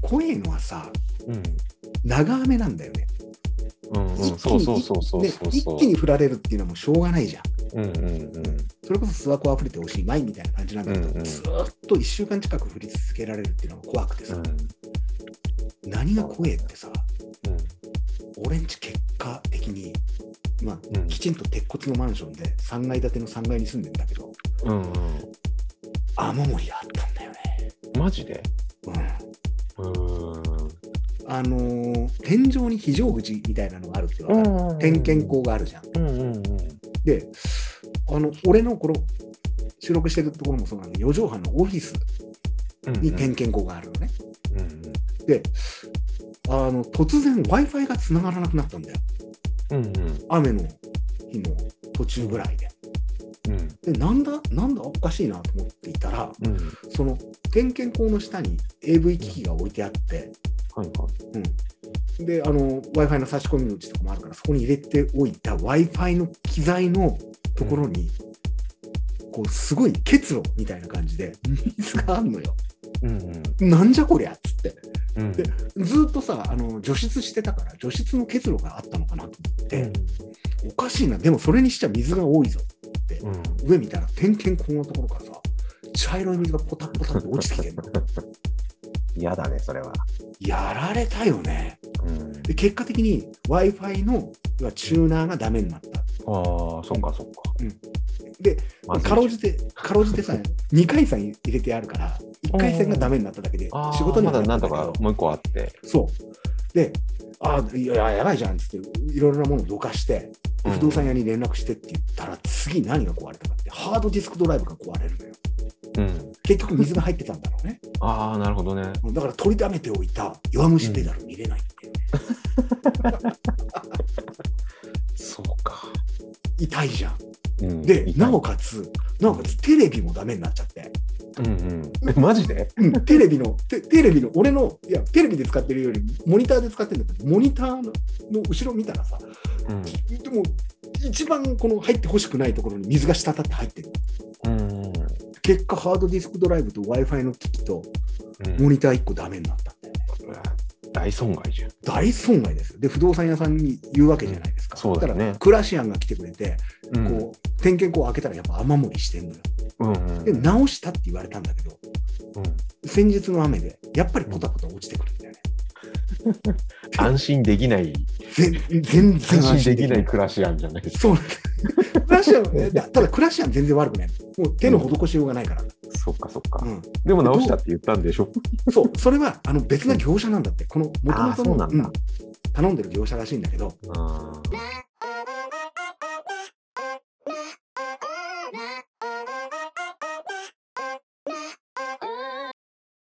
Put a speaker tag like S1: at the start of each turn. S1: 怖えのはさ
S2: うん
S1: 長雨なんだよね
S2: うんう
S1: 一
S2: ん
S1: 気
S2: そう
S1: に
S2: そうそうそう
S1: ね
S2: そう
S1: 一
S2: そう
S1: 気に振られるっていうのはもうしょうがないじゃん
S2: うんうんうん
S1: それこそ諏訪湖溢れておしまいみたいな感じなんだけど、
S2: うんうん
S1: ずーっと1週間近く降り続けられるっていうのが怖くて
S2: う
S1: さ、
S2: ん
S1: 何が怖えってさ俺んち結果的にまあ
S2: うん
S1: きちんと鉄骨のマンションで3階建ての3階に住んでんだけど
S2: うんうん
S1: 雨漏りがあったんだよね
S2: マジで
S1: うん
S2: うーん
S1: あのー天井に非常口みたいなのがあるってわか
S2: う
S1: る、
S2: んうん
S1: 点検口があるじゃん
S2: うんうんうん
S1: であの俺のこの収録してるところもそうなんだけど4畳半のオフィス
S2: うん
S1: に点検口があるのね、
S2: うん
S1: であの突然 w i f i が繋がらなくなったんだよ
S2: うんうん
S1: 雨の日の途中ぐらいで。
S2: うん
S1: でなんだなんだおかしいなと思っていたら
S2: うん
S1: その点検口の下に AV 機器が置いてあって、
S2: はいはい
S1: うん、であの w i f i の差し込み口とかもあるからそこに入れておいた w i f i の機材のところに、こうすごい結露みたいな感じで水があんのよ。
S2: うんうん
S1: なんじゃこりゃっつって
S2: うん
S1: でずっとさあの除湿してたから除湿の結露があったのかなと思って、おかしいなでもそれにしちゃ水が多いぞ
S2: うんうん
S1: 上見たら点検口のところからさ茶色い水がポタポタって落ちてきてんの
S2: 嫌だねそれは
S1: やられたよね
S2: うん
S1: で結果的に w i f i の要はチューナーがダメになった
S2: ああそっかそっか
S1: で
S2: まずい
S1: かろうじてかろうじてさ2回線入れてあるから1回線がダメになっただけで
S2: あー
S1: 仕事に
S2: ま
S1: はな
S2: だ
S1: る
S2: なん
S1: だ
S2: と
S1: け
S2: か
S1: ど
S2: もう一個あって
S1: そうでああいややばいじゃんっつっていろいろなものをどかしてで不動産屋に連絡してって言ったら次何が壊れたかってハードディスクドライブが壊れるのよ
S2: うん
S1: 結局水が入ってたんだろうね
S2: ああなるほどね
S1: だから取りためておいた弱虫ペダル見れないっていうね、
S2: そうか
S1: 痛いじゃん。
S2: うん
S1: で、なお
S2: か
S1: かつ、なおかつテレビもダメになっちゃって、
S2: うんうんえマジで
S1: うん、テレビの、テテレビの、俺の、いや、テレビで使ってるより、モニターで使ってるんだけど、モニターのの後ろ見たらさ、
S2: うん
S1: でも、一番この入ってほしくないところに水が滴って入ってる。
S2: うんうん
S1: 結果、ハードディスクドライブと Wi-Fi の機器と、
S2: うん
S1: モニター1個ダメになったんだよね。
S2: うわ大損害じゃん
S1: 大損害ですよ。で、不動産屋さんに言うわけじゃないですか。
S2: うんそうだよね
S1: から、クラシアンが来てくれて、
S2: うん
S1: こう、点検口を開けたらやっぱ雨漏りしてんのよ。
S2: うんうん
S1: で、直したって言われたんだけど、
S2: うん
S1: 先日の雨で、やっぱりポタポタ落ちてくるんだよね。
S2: 安心できない
S1: 全全然
S2: 安
S1: 安
S2: 心
S1: 心
S2: でき
S1: きな
S2: ない
S1: い。
S2: 暮らしやんじゃないですか
S1: そうなんだ クラシアンね、だただクラシアン全然悪くない。もう手の施しようがないから。
S2: そっかそっか
S1: うん
S2: でも直したって言ったんでしょ
S1: そう、それはあの別な業者なんだって、この元
S2: あーそう
S1: 々
S2: な
S1: の
S2: んだ
S1: うん頼んでる業者らしいんだけど、
S2: うん